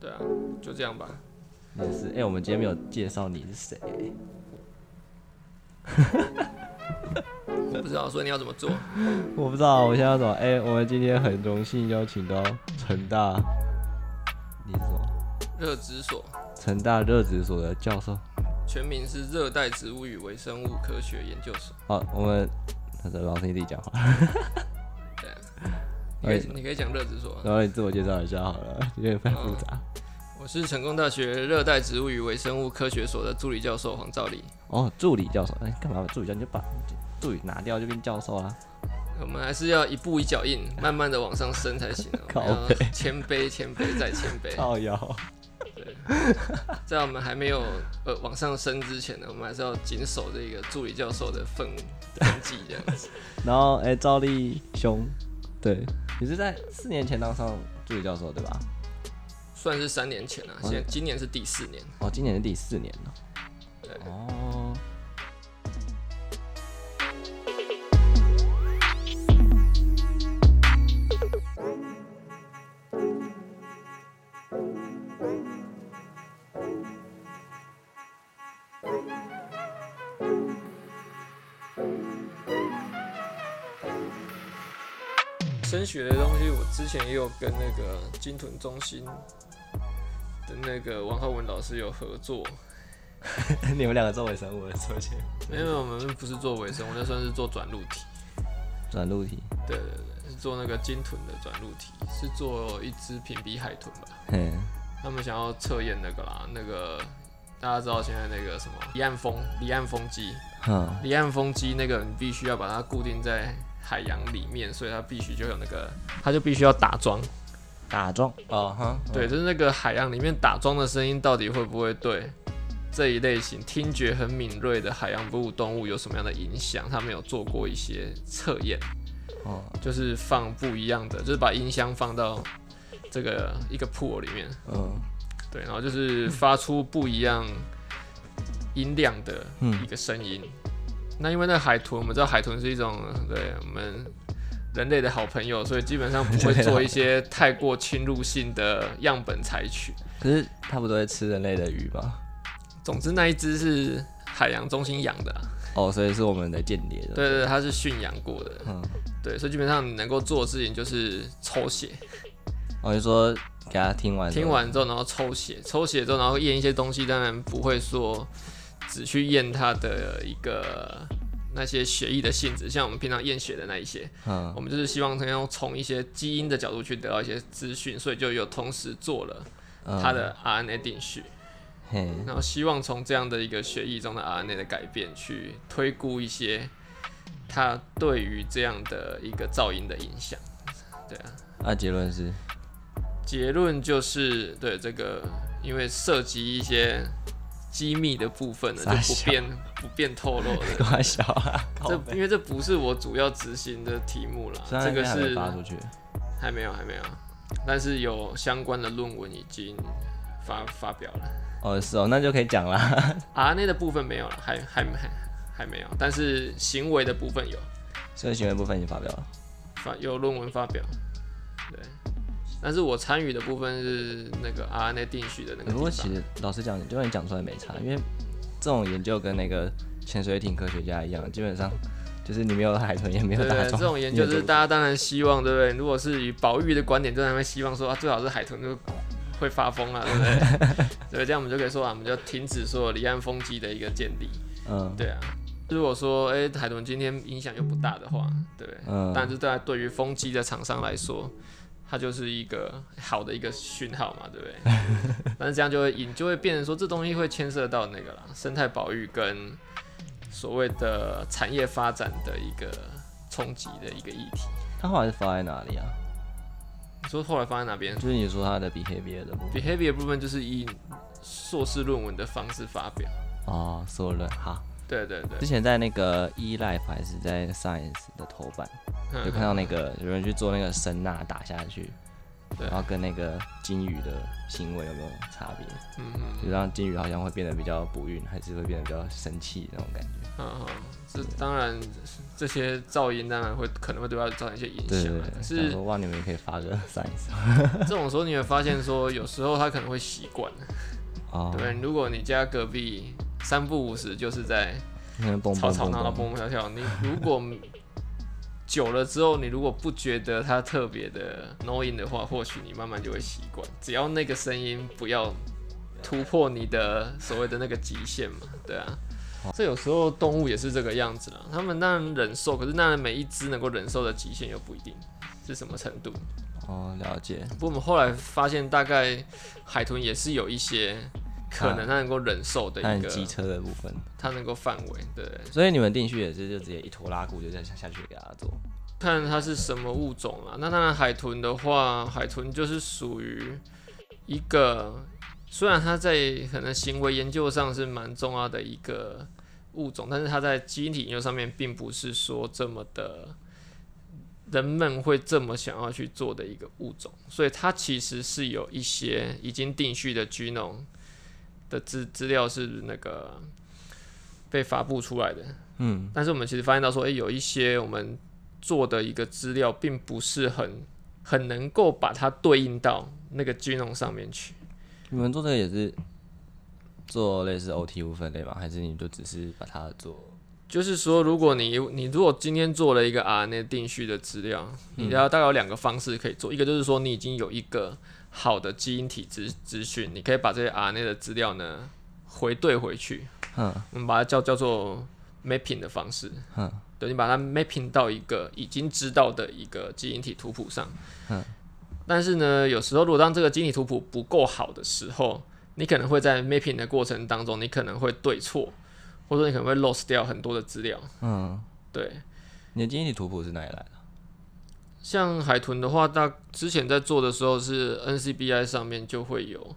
对啊，就这样吧。也是，哎、我们今天没有介绍你是谁、我不知道，所以你要怎么做？我不知道，我现在要怎么？哎、我们今天很荣幸邀请到成大，你是什么？热植所成大热植所的教授。全名是热带植物与微生物科学研究所。好，我们那是老师你自己讲好了， 对啊，你可哎以你可以讲热植所啊。然后你自我介绍一下好了，有点太复杂。我是成功大学热带植物与微生物科学所的助理教授黄兆礼。哦，助理教授，哎、干嘛把助理教授你就把助理拿掉就变教授啦？我们还是要一步一脚印，慢慢的往上升才行啊。我们 靠要北谦卑，谦卑再谦卑。靠腰，在我们还没有呃往上升之前呢，我们还是要谨守这个助理教授的分分际这样子。然后哎、赵立兄，对，你是在四年前当上助理教授对吧？算是三年前了、啊，现在今年是第四年。哦，今年是第四年了。对哦，升学的东西，我之前也有跟那个金屯中心的那个王浩文老师有合作。 你们两个做微生物的做些没有，我们不是做尾声，我们那算是做转录题。转录题，对对对，是做那个金豚的转录题，是做一只屏蔽海豚吧。嘿，他们想要测验那个啦，那个大家知道现在那个什么离岸风离岸风机，哼，离岸风机那个你必须要把它固定在海洋里面，所以它必须就有那个，它就必须要打桩。打中，哦哈，对，就是那个海洋里面打桩的声音到底会不会对这一类型听觉很敏锐的海洋哺乳动物有什么样的影响？他们有做过一些测验，哦，就是放不一样的，就是把音箱放到这个一个 pool 里面，嗯，对，然后就是发出不一样音量的一个声音。那因为那海豚，我们知道海豚是一种对我们人类的好朋友，所以基本上不会人类的好做一些太过侵入性的样本采取。可是它不都会吃人类的鱼吗？总之那一只是海洋中心养的啊、哦，所以是我们的间谍的，对对，对它是驯养过的，嗯，对，所以基本上你能够做的事情就是抽血，我就哦说给他听完，听，完之后然后抽血，抽血之后然后验一些东西，当然不会说只去验它的一个那些血液的性质，像我们平常验血的那一些，嗯，我们就是希望能够从一些基因的角度去得到一些资讯，所以就有同时做了嗯它，的 RNA 定序。嘿，然后希望从这样的一个血液中的 RNA 的改变去推估一些它对于这样的一个噪音的影响。对啊，那结论是，结论就是对这个，因为涉及一些机密的部分呢，就傻不笑便不便透露了。开小啊，这因为这不是我主要执行的题目啦， 虽然这个还没是发出去，还没有还没有，但是有相关的论文已经发发表了。哦，是哦，那就可以讲啦， RNA 的部分没有了，还还还还没有，但是行为的部分有所以行为部分已经发表了，发有论文发表，嗯对。但是我参与的部分是那个 RNA 定序的那个不过地其方，实老实讲，就算你讲出来没差，因为这种研究跟那个潜水艇科学家一样，基本上就是你没有海豚也没有对大对，这壮，种研究你是也做不大家当然希望，对不对？如果是以保育的观点，当然会希望说啊，最好是海豚就会发疯啊，对不对？ 对，这样我们就可以说啊，我们就停止所有离岸风机的一个建立，嗯，对啊。如果说哎、海豚今天影响又不大的话，对不对？嗯但是对啊对于风机的厂商来说，它就是一个好的一个讯号嘛，对不对？但是这样就会引就会变成说，这东西会牵涉到那个啦，生态保育跟所谓的产业发展的一个冲击的一个议题。他后来是发在哪里啊？你说后来放在哪边就是你说他的 behavior 的部分？behavior 部分就是以硕士论文的方式发表。哦，说了好，对对对之，前在那个 e life 还是在 science 的头版，嗯有看到那个有人去做那个声呐打下去，对然后跟那个金鱼的行为有没有差别？嗯嗯就让金鱼好像会变得比较不孕，还是会变得比较生气那种感觉？嗯，嗯这当然这些噪音当然会可能会对它造成一些影对响对啊，对，但想是说哇，你们也可以发个 science 这种时候你会发现说，有时候它可能会习惯，哦，对，如果你家隔壁三不五时就是在那边蹦吵蹦吵蹦闹闹、蹦，蹦蹦跳跳，你如果久了之后，你如果不觉得它特别的 annoying 的话，或许你慢慢就会习惯。只要那个声音不要突破你的所谓的那个极限嘛，对啊。这有时候动物也是这个样子啦，它们当然忍受，可是当然每一只能够忍受的极限又不一定是什么程度。哦，了解，不过我们后来发现，大概海豚也是有一些可能它能够忍受的那一你个，啊机车的部分，它能够范围。对，所以你们定序也是就直接一拖拉裤就这样下下去给他做，看它是什么物种啦。那当然，海豚的话，海豚就是属于一个，虽然它在可能行为研究上是蛮重要的一个物种，但是它在基因体研究上面并不是说这么的。人们会这么想要去做的一个物种，所以它其实是有一些已经定序的 genome 的资资料是那个被发布出来的，嗯，但是我们其实发现到说，诶、有一些我们做的一个资料，并不是很很能够把它对应到那个 genome 上面去。你们做这个也是做类似 OT 物分类吗？还是你就只是把它做？就是说，如果你你如果今天做了一个 RNA 定序的资料，你要大概有两个方式可以做，一个就是说你已经有一个好的基因体资资讯，你可以把这些 RNA 的资料呢回对回去，嗯，我们把它叫叫做 mapping 的方式，嗯，对你把它 mapping 到一个已经知道的一个基因体图谱上，嗯，但是呢，有时候如果当这个基因体图谱不够好的时候，你可能会在 mapping 的过程当中，你可能会对错，或者说你可能会 lost 掉很多的资料，嗯，对，你的基因体图谱是哪里来的？像海豚的话，大之前在做的时候是 NCBI 上面就会有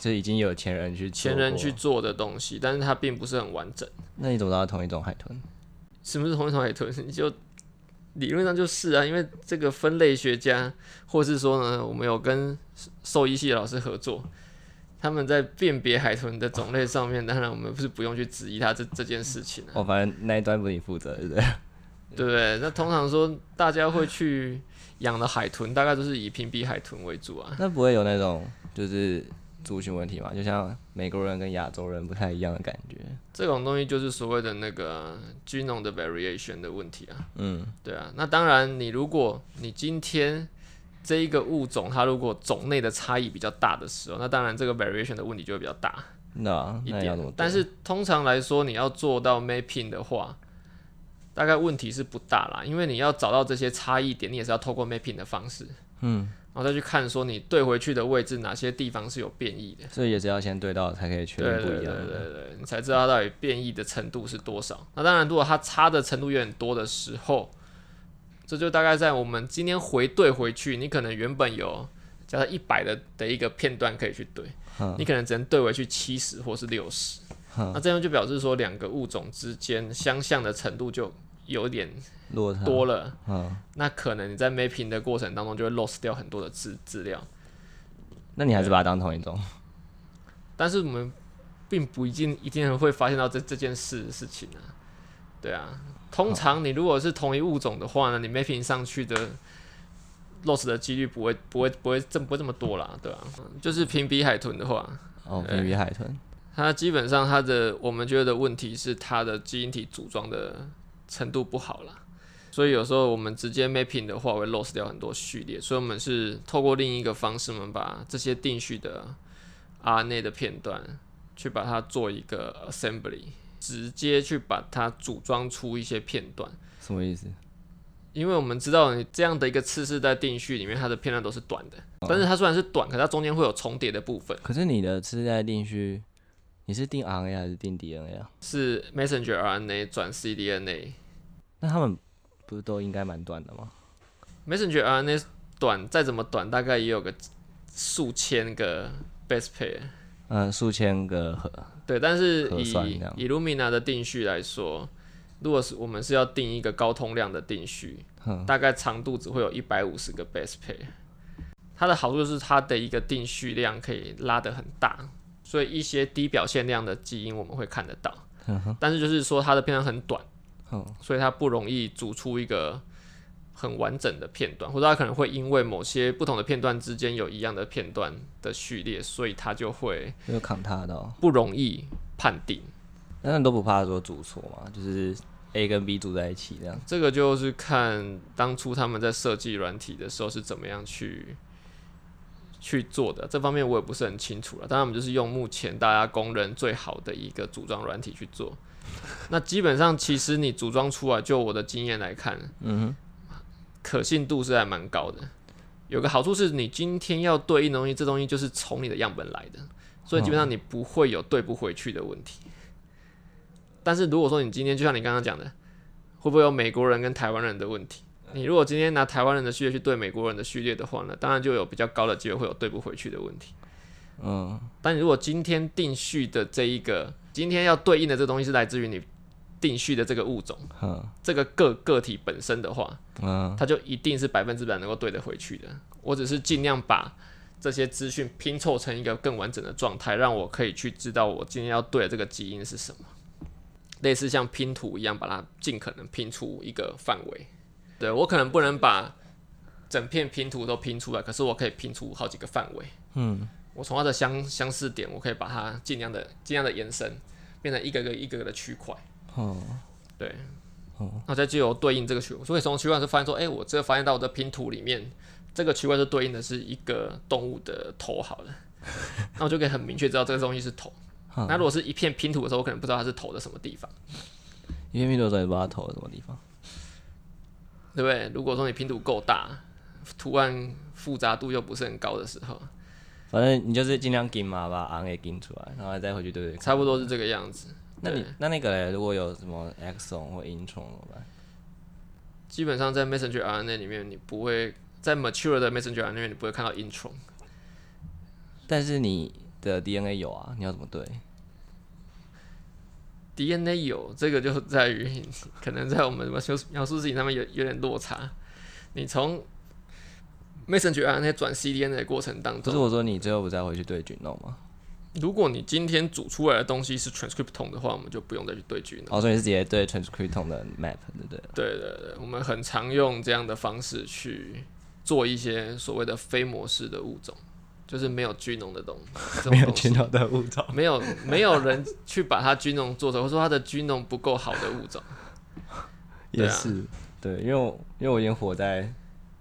就已经有前人去做前人去过，做的东西，但是它并不是很完整。那你怎么知道它同一种 海豚？什么是同一种海豚？ 你就理论上就是啊，因为这个分类学家，或是说呢，我们有跟兽医系的老师合作，他们在辨别海豚的种类上面，当然我们不是不用去质疑它这这件事情啊。哦，反正那一端不是你负责，对 不对？对不对？那通常说大家会去养的海豚，大概都是以屏蔽海豚为主啊。那不会有那种就是族群问题嘛？就像美国人跟亚洲人不太一样的感觉。这种东西就是所谓的那个 genome 的 variation 的问题啊，嗯，对啊。那当然，你如果你今天这一个物种它如果种类的差异比较大的时候，那当然这个 variation 的问题就会比较大那一啊那要点怎么做？。但是通常来说，你要做到 mapping 的话，大概问题是不大啦，因为你要找到这些差异点，你也是要透过 mapping 的方式，嗯，然后再去看说你对回去的位置哪些地方是有变异的。所以也是要先对到才可以确对定对不对一样啊对的。对，你才知道它到底变异的程度是多少。那当然，如果它差的程度有点多的时候，这就大概在我们今天回对回去，你可能原本有加上一百的的一个片段可以去对，嗯你可能只能对回去七十或是六十。嗯那这样就表示说，两个物种之间相像的程度就有点落差多了。嗯，那可能你在 mapping 的过程当中就会 lost 掉很多的资资料。那你还是把它当同一种。但是我们并不一定一定会发现到这这件事事情啊，对啊。通常你如果是同一物种的话呢，你 mapping 上去的 loss 的几率不会不会不会这不会这么多啦，对吧、啊就是评比海豚的话，哦，对比比海豚。它基本上它的我们觉得问题是它的基因体组装的程度不好啦，所以有时候我们直接 mapping 的话会 loss 掉很多序列，所以我们是透过另一个方式，我们把这些定序的啊 RNA 的片段去把它做一个 assembly，直接去把它组装出一些片段。什么意思？因为我们知道你这样的一个次式在定序里面，它的片段都是短的，但是它虽然是短，可是它中间会有重叠的部分，可是你的次世代定序，你是定 RNA 还是定 DNA 啊？是 messenger RNA 转 cDNA，那他们不是都应该蛮短的吗？ Messenger RNA 短再怎么短，大概也有个数千个 base pair。嗯，数千个核。对，但是核以算这样以 Lumina 的定序来说，如果是我们是要定一个高通量的定序，哼大概长度只会有一百五十个 base pair。它的好处就是它的一个定序量可以拉得很大，所以一些低表现量的基因我们会看得到。嗯哼，但是就是说它的片段很短，哦，所以它不容易组出一个很完整的片段，或者它可能会因为某些不同的片段之间有一样的片段的序列，所以它就会又扛他的哦。不容易判定。那你都不怕说组错嘛？就是 A 跟 B 组在一起这样。这个就是看当初他们在设计软体的时候是怎么样去去做的，这方面我也不是很清楚了。当然，我们就是用目前大家公认最好的一个组装软体去做。那基本上，其实你组装出来，就我的经验来看，嗯可信度是还蛮高的。有个好处是你今天要对应的东西，这东西就是从你的样本来的，所以基本上你不会有对不回去的问题。但是如果说你今天就像你刚刚讲的，会不会有美国人跟台湾人的问题？你如果今天拿台湾人的序列去对美国人的序列的话呢，当然就有比较高的机会会有对不回去的问题。哼，嗯，但你如果今天定序的这一个，今天要对应的这东西是来自于你定序的这个物种，哼，这个个个体本身的话，嗯，它就一定是百分之百能够对得回去的。我只是尽量把这些资讯拼凑成一个更完整的状态，让我可以去知道我今天要对的这个基因是什么，类似像拼图一样，把它尽可能拼出一个范围。对我可能不能把整片拼图都拼出来，可是我可以拼出好几个范围。嗯，我从它的相相似点，我可以把它尽量的尽量的延伸，变成一个个一个个的区块。哦，对，哦那再就有对应这个区块，所以从区块就发现说，哎、我这发现到我的拼图里面，这个区块就对应的是一个动物的头好了，那我就可以很明确知道这个东西是头。嗯那如果是一片拼图的时候，我可能不知道它是头的什么地方，因为密多少也不知道他投了什么地方。对不对？如果说你拼图够大，图案复杂度又不是很高的时候，反正你就是尽量跟嘛，把昂给跟出来，然后再回去对对看。差不多是这个样子。那你那那个嘞，如果有什么 exon 或 intron 怎么办？基本上在 messenger RNA 里面，你不会在 mature 的 messenger RNA 里面，你不会看到 intron。但是你的 DNA 有啊，你要怎么对？ DNA 有这个就在于可能在我们描述描述事情上面有有点落差。你从 messenger RNA 转 cDNA 的过程当不是中，我说你最后不是要回去对菌弄吗？如果你今天煮出来的东西是 transcriptome 的话，我们就不用再去对菌了。哦，所以你是直接对 transcriptome 的 map 对不对？对对对，我们很常用这样的方式去做一些所谓的非模式的物种，就是没有菌农的东这种没有东西群岛的物种。没有没有人去把它菌农做成，或者说它的菌农不够好的物种。对 也啊是，对，因为我因为我已经活在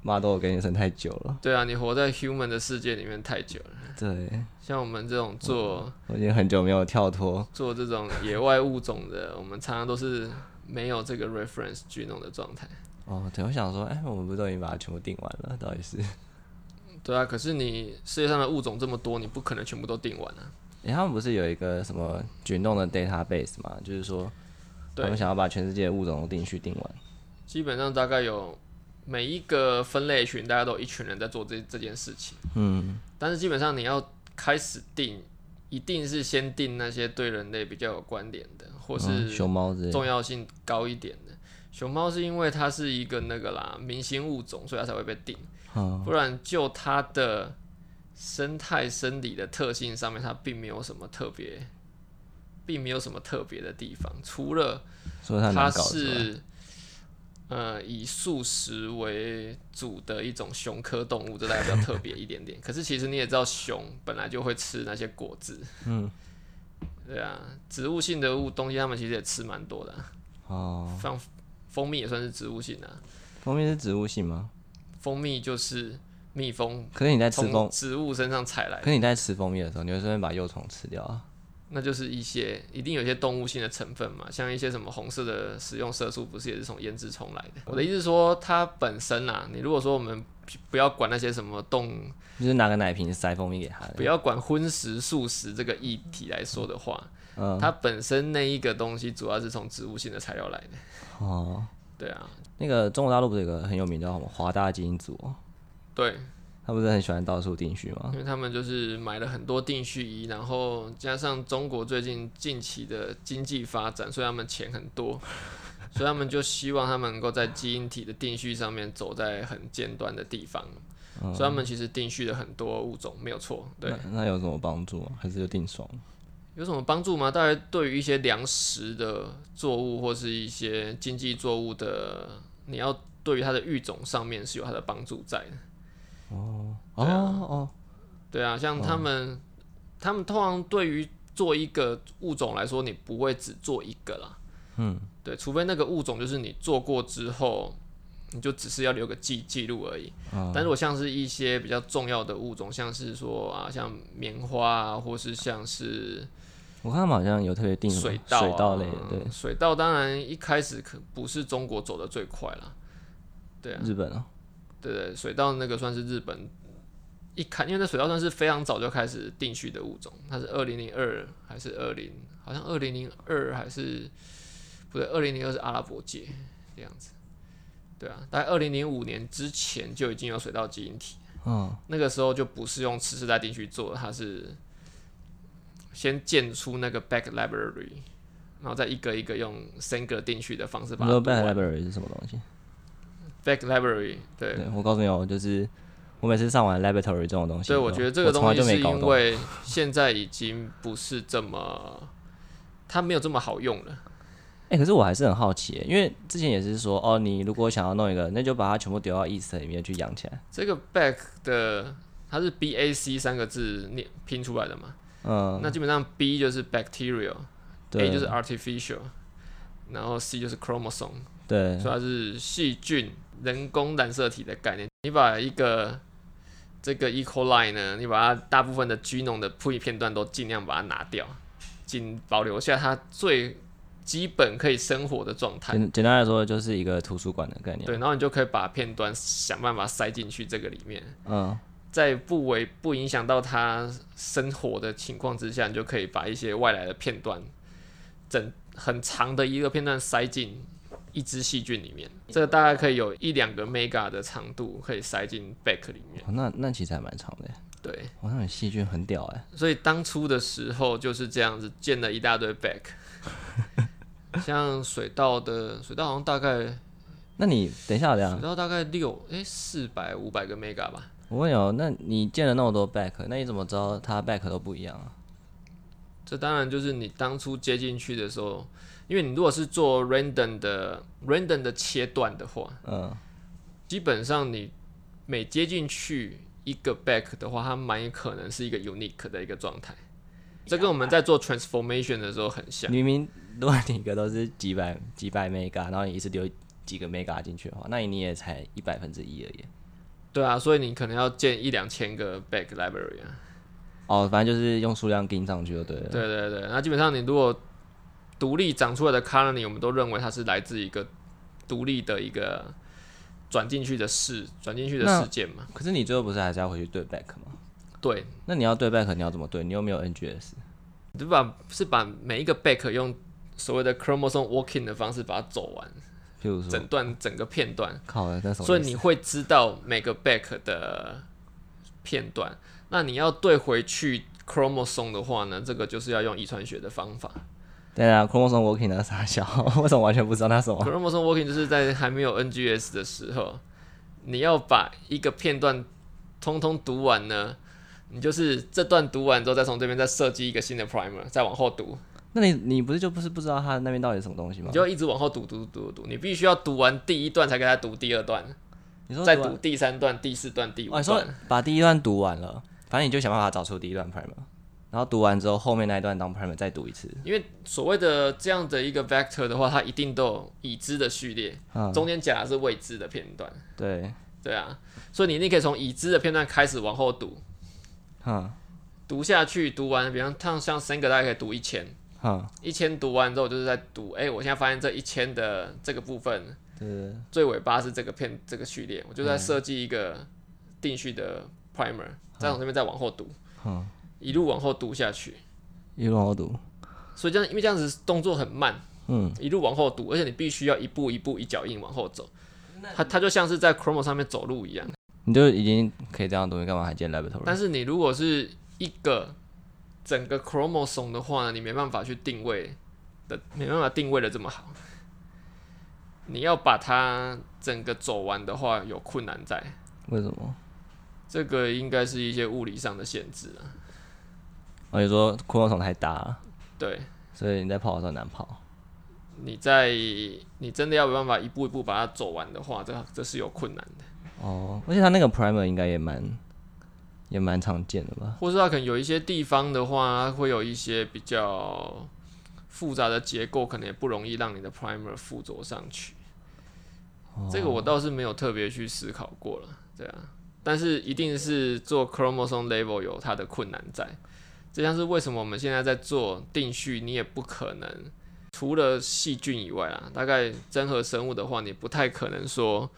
妈豆跟原生太久了，对啊，你活在 human 的世界里面太久了。对像我们这种做我已经很久没有跳脱，做这种野外物种的，我们常常都是没有这个 reference 聚弄的状态。哦，对，我想说，哎，我们不是都已经把它全部定完了，到底是，对啊，可是你世界上的物种这么多，你不可能全部都定完啊。哎，他们不是有一个什么举动的 database 嘛，就是说他对们，想要把全世界的物种都定序定完，基本上大概有每一个分类群，大家都有一群人在做这这件事情。嗯，但是基本上你要开始定，一定是先定那些对人类比较有关联的，或嗯是熊猫之类的，重要性高一点的。熊猫是因为它是一个那个啦明星物种，所以它才会被定。嗯不然就它的生态生理的特性上面，它并没有什么特别，并没有什么特别的地方，除了说它很它难搞吧，是呃以素食为主的一种熊科动物，这大概比较特别一点 点。可是其实你也知道，熊本来就会吃那些果子，嗯，对啊，植物性的物东西它们其实也吃蛮多的啊、哦，像蜂蜜也算是植物性的、啊，蜂蜜是植物性吗？蜂蜜就是蜜蜂可是你在吃从蜂，植物身上采来的可。是你在吃蜂蜜的时候，你会顺便把幼虫吃掉啊，那就是一些一定有一些动物性的成分嘛，像一些什么红色的食用色素，不是也是从胭脂虫来的？我的意思是说，它本身啊，你如果说我们不要管那些什么动，就是拿个奶瓶塞蜂蜜给它不的，要管荤食素食这个议题来说的话，嗯，它本身那一个东西主要是从植物性的材料来的。哦。对啊，那个中国大陆不是有个很有名叫什么华大基因组、哦，对，他不是很喜欢到处定序吗因？为他们就是买了很多定序仪，然后加上中国最近近期的经济发展，所以他们钱很多，所以他们就希望他们能够在基因体的定序上面走在很尖端的地方，所以他们其实定序了很多物种，没有错。对，那那有什么帮助吗？还是就定爽？有什么帮助吗？大概对于一些粮食的作物或是一些经济作物的，你要对于它的育种上面是有它的帮助在的。哦啊哦，对啊，像他们，他们通常对于做一个物种来说，你不会只做一个啦。嗯，对，除非那个物种就是你做过之后，你就只是要留个记记录而已。嗯但如果像是一些比较重要的物种，像是说啊，像棉花啊，或是像是我看他们好像有特别定什么水稻、啊、水稻类的，对，水稻当然一开始可不是中国走的最快啦。对啊，日本啊，对对，水稻那个算是日本一开，因为那水稻算是非常早就开始定序的物种，它是二零零二还是二零，好像二零零二还是不对，二零零二是阿拉伯界这样子。对啊，大概二零零五年之前就已经有水稻基因体，嗯，那个时候就不是用次世代定序做的，它是先建出那个 back library，然后再一个一个用 Sanger 定序的方式把你它说读 bad 完 library 是什么东西？ back library，对，对我告诉你哦，就是我每次上完 laboratory 这种东西，对，我觉得这个从东来西就是没搞因懂。为现在已经不是这么，它没有这么好用了。哎、可是我还是很好奇耶，因为之前也是说，哦，你如果想要弄一个，那就把它全部丢到 East 里面去养起来。这个 back 的它是 B A C 三个字念拼出来的嘛？嗯，那基本上 B 就是 bacterial，A 对，就是 artificial，然后 C 就是 chromosome，对所以，它是细菌人工染色体的概念。你把一个这个 E. coli 呢，你把它大部分的 genome 的配片段都尽量把它拿掉，仅保留下它最基本可以生活的状态。简简单来说就是一个图书馆的概念。对，然后你就可以把片段想办法塞进去这个里面，嗯，在不为不影响到它生活的情况之下，你就可以把一些外来的片段，整很长的一个片段塞进一只细菌里面，这个大概可以有一两个 mega 的长度可以塞进 back 里面。哦那那其实还蛮长的耶，对，哇，那很细菌很屌哎。所以当初的时候就是这样子建了一大堆 back，像水稻的水稻好像大概那你等一下，等一水下，稻大概六哎四百五百个 mega 吧。我问你哦，那你见了那么多 back，那你怎么知道它 back 都不一样啊？这当然就是你当初接进去的时候，因为你如果是做 random 的 random 的切断的话，嗯，基本上你每接进去一个 back 的话，它蛮有可能是一个 unique 的一个状态。这跟我们在做 transformation 的时候很像。明明如果你一个都是几百几百 mega，然后你一次丢几个 mega 进去的话，那你也才一百分之一而已。对啊，所以你可能要建一两千个 back library 啊。哦，反正就是用数量盯上去就对了。对对对，那基本上你如果独立长出来的 colony，我们都认为它是来自一个独立的一个转进去的事，转进去的那事件嘛。可是你最后不是还是要回去对 back 吗？对，那你要对 back，你要怎么对？你又没有 NGS，你就把是把每一个 back 用所谓的 chromosome walking 的方式把它走完，譬如说，整段整个片段，靠，那什么意思？所以你会知道每个 back 的片段。那你要对回去 chromosome 的话呢，这个就是要用遗传学的方法。对啊，chromosome working 那傻笑， 为什么完全不知道那什么？ chromosome walking 就是在还没有 NGS 的时候，你要把一个片段通通读完呢，你就是这段读完之后，再从这边再设计一个新的 primer，再往后读。那你你不是就不是不知道它那边到底是什么东西吗你？就要一直往后读读读读，你必须要读完第一段才给他读第二段，你说再读完读第三段、第四段、第哦，五你说段。把第一段读完了，反正你就想办法找出第一段 primer，然后读完之后后面那一段当 primer 再读一次。因为所谓的这样的一个 vector 的话，它一定都有已知的序列，嗯，中间夹的是未知的片段，对，对啊，所以你一定可以从已知的片段开始往后读，嗯读下去，读完，比方像像三个大概可以读一千，嗯，一千读完之后就是在读，哎、我现在发现这一千的这个部分对，最尾巴是这个片这个序列，我就嗯在设计一个定序的 primer，再从这边再往后读。嗯，一路往后读下去。一路往后读，所以这样，因为这样子动作很慢，嗯，一路往后读，而且你必须要一步一步一脚印往后走。它它就像是在 Chrome 上面走路一样，你就已经可以这样读，你干嘛还建 laboratory？但是你如果是一个整个 chromosome 的话呢，你没办法去定位的，没办法定位的这么好。你要把它整个走完的话，有困难在。为什么？这个应该是一些物理上的限制啊。我就哦说扩空筒太大了，对，所以你在跑的时候很难跑。你在你真的要有办法一步一步把它走完的话，这这是有困难的，哦，而且它那个 primer 应该也蛮也蛮常见的吧？或是它可能有一些地方的话，它会有一些比较复杂的结构，可能也不容易让你的 primer 附着上去。这个我倒是没有特别去思考过了，对啊，但是一定是做 chromosome label 有它的困难在，这像是为什么我们现在在做定序，你也不可能除了细菌以外啊，大概真核生物的话，你不太可能说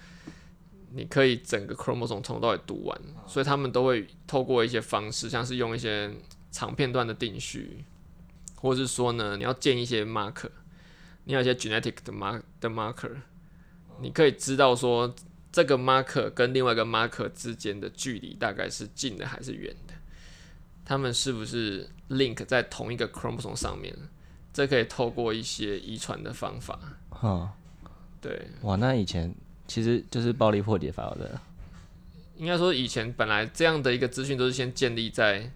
你可以整个 chromosome 从头到尾读完，所以他们都会透过一些方式，像是用一些长片段的定序，或是说呢，你要建一些 marker，你要一些 genetic 的 mark 的 marker。你可以知道说这个 marker 跟另外一个 marker 之间的距离大概是近的还是远的，它们是不是 link 在同一个 chromosome 上面？这可以透过一些遗传的方法，哈、对，哇，那以前其实就是暴力破解法的，应该说以前本来这样的一个资讯都是先建立在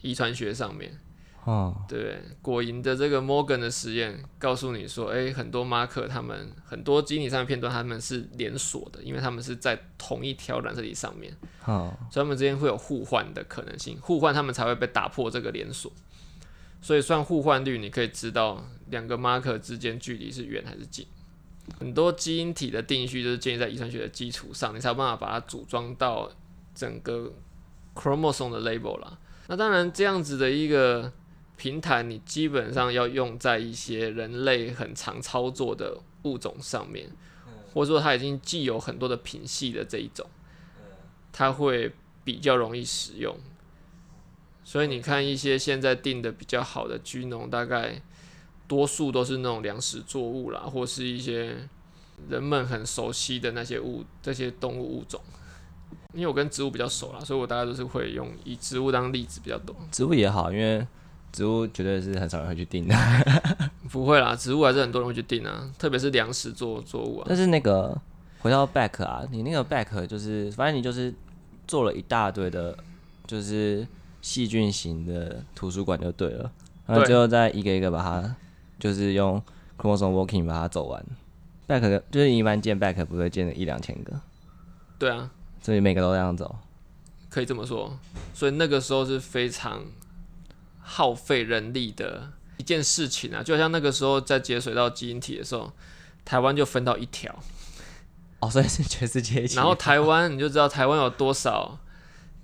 遗传学上面，哦，对，果蝇的这个 Morgan 的实验告诉你说，诶，很多 marker 它们很多基因体上的片段它们是连锁的，因为它们是在同一条染色体上面。哦，所以他们之间会有互换的可能性，互换他们才会被打破这个连锁。所以算互换率，你可以知道两个 marker 之间距离是远还是近。很多基因体的定序就是建立在遗传学的基础上，你才有办法把它组装到整个 chromosome 的 label 啦。那当然，这样子的一个平台，你基本上要用在一些人类很常操作的物种上面，或者说它已经既有很多的品系的这一种，它会比较容易使用。所以你看一些现在定的比较好的居农，大概多数都是那种粮食作物啦，或是一些人们很熟悉的那些物、这些动物物种。因为我跟植物比较熟啦，所以我大概都是会用以植物当例子比较多。植物也好，因为植物绝对是很少人会去定 的。不会啦，植物还是很多人会去定啊，特别是粮食作作物啊。但是那个回到 back 啊，你那个 back 就是，反正你就是做了一大堆的，就是细菌型的图书馆就对了。然后对最后再一个一个把它，就是用 chromosome walking 把它走完。back 的就是你一般建 back 不会建了一两千个，对啊，所以每个都这样走。可以这么说。所以那个时候是非常耗费人力的一件事情啊，就像那个时候在解水稻基因体的时候，台湾就分到一条，哦，所以是 全世界一起。然后台湾你就知道台湾有多少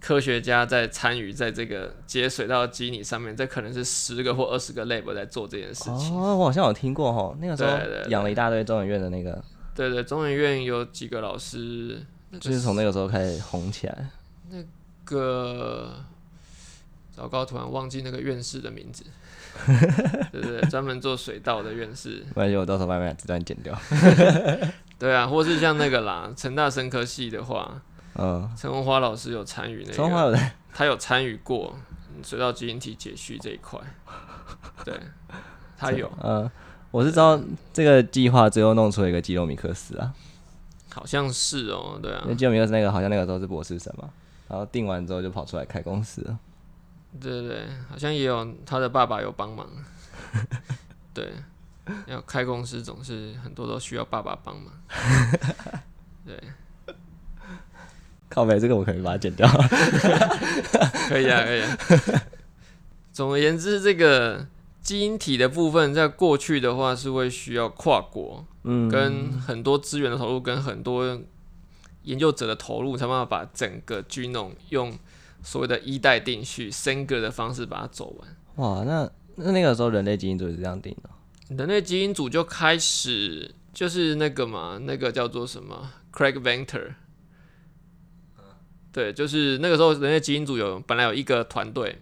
科学家在参与在这个解水稻基因体上面，这可能是十个或二十个 lab 在做这件事情。哦，我好像有听过吼，那个时对对候对养了一大堆中研院的那个，对对，中研院有几个老师，那就是从那个时候开始红起来。个，糟糕，突然忘记那个院士的名字，对对对，专门做水稻的院士，不然就我到时候把把这段剪掉。对啊，或是像那个啦， 成大生科系的话，嗯，陈文花老师有参与那从华个，有在他有参与过嗯水稻基因体解序这一块，对，他有，呃，我是知道这个计划最后弄出了一个基罗米克斯啊，好像是哦，对啊因为，基罗米克斯那个好像那个时候是博士生嘛，然后定完之后就跑出来开公司了。对对对，好像也有他的爸爸有帮忙，对，要开公司总是很多都需要爸爸帮忙，对。靠北，这个我可以把它剪掉。 可以啊，可以啊。总而言之，这个基因体的部分，在过去的话是会需要跨国，嗯，跟很多资源的投入，跟很多研究者的投入，才有办法把整个 genome 用所谓的一代定序 Sanger 的方式把它走完。哇，那那那个时候人类基因组也是这样定的人类基因组就开始就是那个嘛，那个叫做什么 Craig Venter，对，就是那个时候人类基因组有本来有一个团队，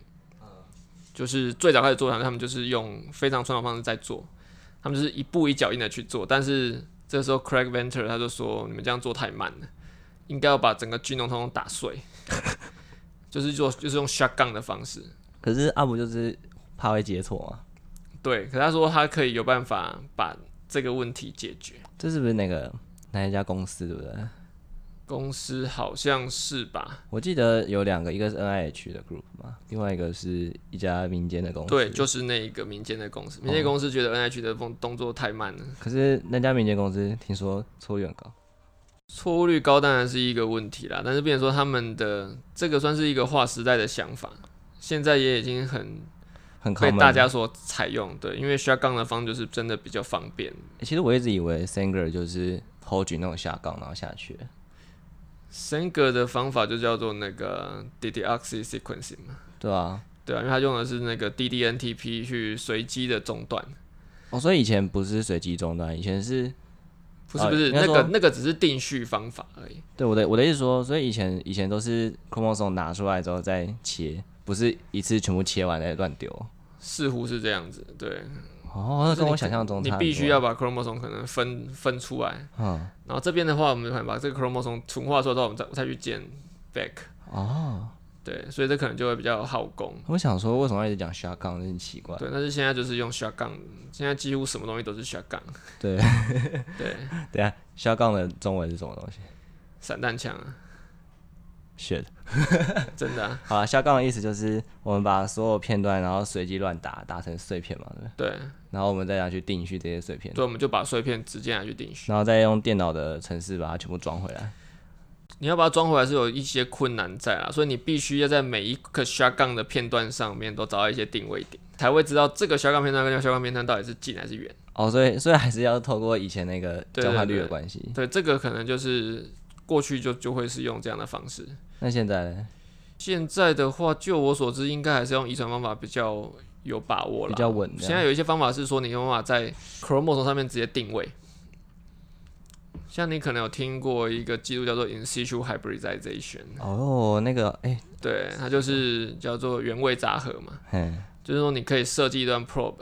就是最早开始做团队，他们就是用非常传统方式在做，他们就是一步一脚印的去做，但是这时候 Craig Venter 他就说你们这样做太慢了，应该要把整个军农通通打碎， 就是做就是用 shotgun 的方式，可是阿布就是怕会接错嘛，对，可他说他可以有办法把这个问题解决。这是不是那个哪一家公司对不对？公司好像是吧？我记得有两个，一个是 NIH 的 group 嘛，另外一个是一家民间的公司。哦对，就是那一个民间的公司，民间公司觉得 NH 的动动作太慢了，可是那家民间公司听说错远高，错误率高当然是一个问题啦。但是，变成说他们的这个算是一个划时代的想法，现在也已经很很 common 啊被大家所采用。对，因为 shotgun 的方就是真的比较方便。欸其实我一直以为 Sanger 就是 hold 举那种下杠然后下去， Sanger 的方法就叫做那个 DDoxy sequencing 嘛，对啊，对啊，因为它用的是那个 DDNTP 去随机的中断，哦，所以以前不是随机中断，以前是不是哦不是、应该那说个那个只是定序方法而已。对我的我的意思说，所以以前以前都是 chromosome 拿出来之后再切，不是一次全部切完再乱丢。似乎是这样子，对，哦，那跟我想象中你差很必须多要把 chromosome 可能分分出来，嗯然后这边的话，我们可能把这个 chromosome 纯化出来之后，我们再再去建 back，哦，对，所以这可能就会比较耗工，我想说为什么要一直讲 shotgun，真奇怪。对，但是现在就是用 shotgun，现在几乎什么东西都是 shotgun，对 对，等一下 shotgun 的中文是什么东西散弹枪啊， ？shit，真的、啊，好了，shotgun 的意思就是我们把所有片段然后随机乱打，打成碎片嘛，对不对？ 对，然后我们再拿去定序这些碎片，所以我们就把碎片直接拿去定序。然后再用电脑的程式把它全部装回来。你要把它装回来是有一些困难在啦，所以你必须要在每一个 shotgun 的片段上面都找到一些定位点，才会知道这个 shotgun 片段跟那个 shotgun 片段到底是近还是远。哦，所以所以还是要透过以前那个对交换对率的对关系。对，这个可能就是过去就就会是用这样的方式。那现在呢？现在的话，就我所知，应该还是用遗传方法比较有把握了，比较稳这样现在有一些方法是说，你有办法在 chromosome 上面直接定位。像你可能有听过一个技术叫做 in situ hybridization，哦，那个哎、对，它就是叫做原位杂合嘛。嘿，就是说你可以设计一段 probe。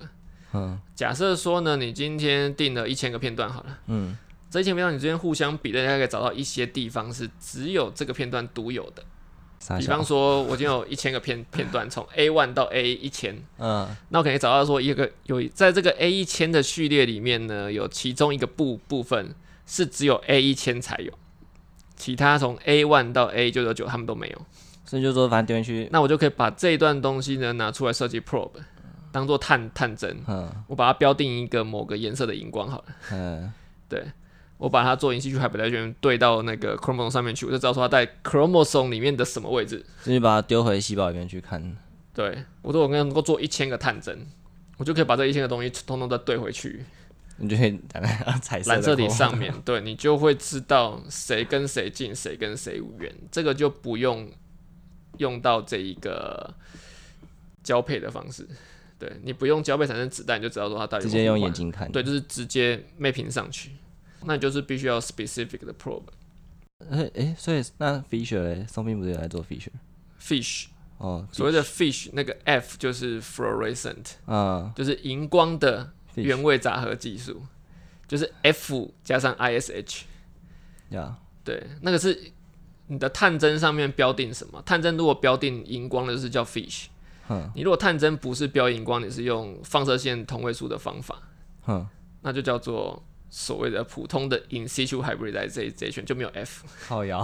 嗯，假设说呢，你今天定了一千个片段好了，嗯，这一千片段你之间互相比对，大家可以找到一些地方是只有这个片段独有的。傻比笑方，说，我今天有一千个片片段，从 A one 到 A 一千，嗯，那我可以找到说一个有在这个 A 一千的序列里面呢，有其中一个部部分是只有 A 一千才有，其他从 A one 到 A 九九九他们都没有。所以就说反正丢进去，那我就可以把这一段东西呢拿出来设计 probe，当做探探针。嗯我把它标定一个某个颜色的荧光好了，嗯，对我把它做引吸去海北带圈对到那个 chromosome 上面去，我就知道说它在 chromosome 里面的什么位置。就是把它丢回细胞里面去看。对我如果能够做一千个探针，我就可以把这一千个东西通通再对回去你就可以打开彩色的染色体扣上面，对你就会知道谁跟谁近，谁跟谁远。这个就不用用到这一个交配的方式，对你不用交配产生子弹，你就知道说它到底有直没接有用互眼换睛看。对，，就是直接 mapping 上去，那你就是必须要 specific 的 probe。哎、哎，所以那 Fisher 嘞，宋斌不是有在做 Fisher？ fish 哦，所谓的 fish 那个 F 就是 fluorescent，嗯，就是荧光的 Fish 原位杂合技术，就是 F 加上 ISH。呀，对，那个是你的探针上面标定什么？探针如果标定荧光的，就是叫 fish。哼你如果探针不是标荧光，你是用放射线同位素的方法，哼，那就叫做所谓的普通的 in situ hybridization，就没有 F。靠 摇，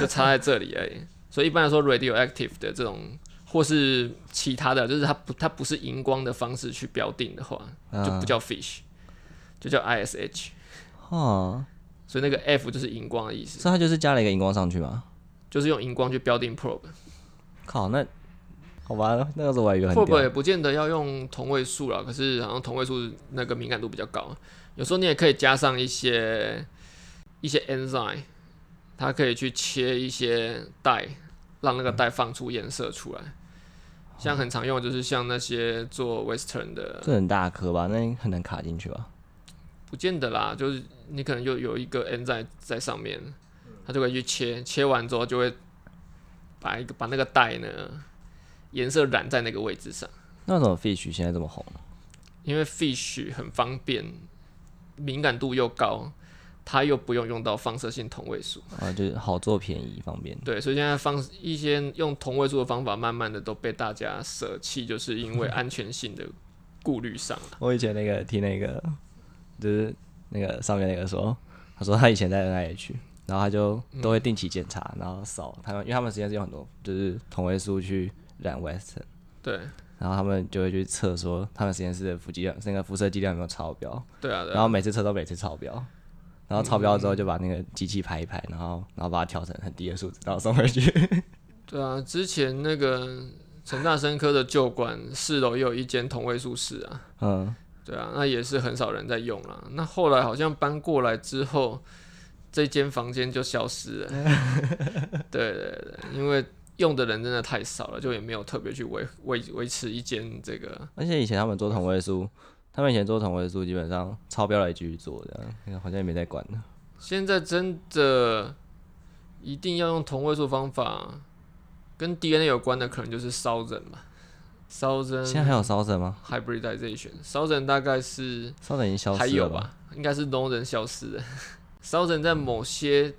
就差在这里而已。所以一般来说，radioactive 的这种或是其他的，就是它不它不是荧光的方式去标定的话，就不嗯，叫 fish，就叫 ISH。哦，所以那个 F 就是荧光的意思，所以它就是加了一个荧光上去嘛。就是用荧光去标定 probe。靠，那好吧，那个时候我还以为很屌。 probe 也不见得要用同位素啦，可是好像同位素那个敏感度比较高。有时候你也可以加上一些一些 enzyme，它可以去切一些带，让那个带放出颜色出来。像很常用的就是像那些做 western 的，这很大颗吧？那很难卡进去吧？不见得啦，就是你可能就有一个 enzyme 在上面，它就会去切，切完之后就会把一个把那个带呢颜色染在那个位置上。那为什么 fish 现在这么红？因为 fish 很方便，敏感度又高，它又不用用到放射性同位素，啊，就是好做便宜方便。对，所以现在放一些用同位素的方法，慢慢的都被大家舍弃，就是因为安全性的顾虑上 了。我以前那个听那个，就是那个上面那个说，他说他以前在 NIH，然后他就都会定期检查，然后扫他们，因为他们实验室有很多就是同位素去染 Western，对然后他们就会去测说他们实验室的辐剂量、那个辐射剂量有没有超标，对啊对然啊，后每次测都每次超标，然后超标之后就把那个机器排一排，然后然后把它调成很低的数值，然后送回 去。对啊，之前那个成大生科的旧馆四楼也有一间同位素室啊，嗯，对啊，那也是很少人在用啦。那后来好像搬过来之后，这间房间就消失 了。对对对，因为用的人真的太少了，就也没有特别去维维维持一间这个。而且以前他们做同位素，他们以前做同位素基本上超标了也继续做，这样好像也没在管了。现在真的一定要用同位素方法，跟 DNA 有关的可能就是烧人吧，烧人现在还有烧人吗？ hybridization，烧人大概是烧人已经消失了还有？啊吧，应该是农人消失的。 烧人在某些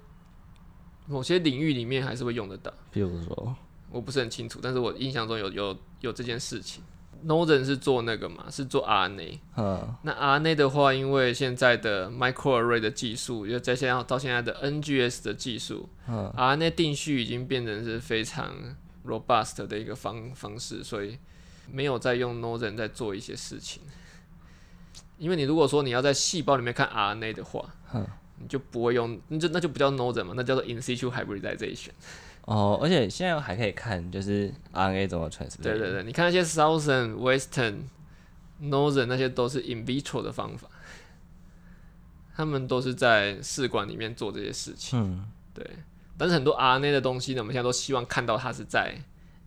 某些领域里面还是会用得到，比如说，我不是很清楚，但是我印象中有有有这件事情。农人是做那个嘛，是做 RNA。嗯，那 RNA 的话，因为现在的 microarray 的技术，就在现在到现在的 NGS 的技术、嗯 r n a 定序已经变成是非常 robust 的一个方方式，所以没有在用 Northern 在做一些事情。因为你如果说你要在细胞里面看 RNA 的话，嗯你就不会用，那就那就不叫 Northern 嘛，那叫做 in situ hybridization。哦，而且现在还可以看就是 RNA 怎么 translate。对对对，你看那些 Southern、Western、Northern 那些都是 in vitro 的方法，他们都是在试管里面做这些事情。嗯，对，但是很多 RNA 的东西呢，我们现在都希望看到它是在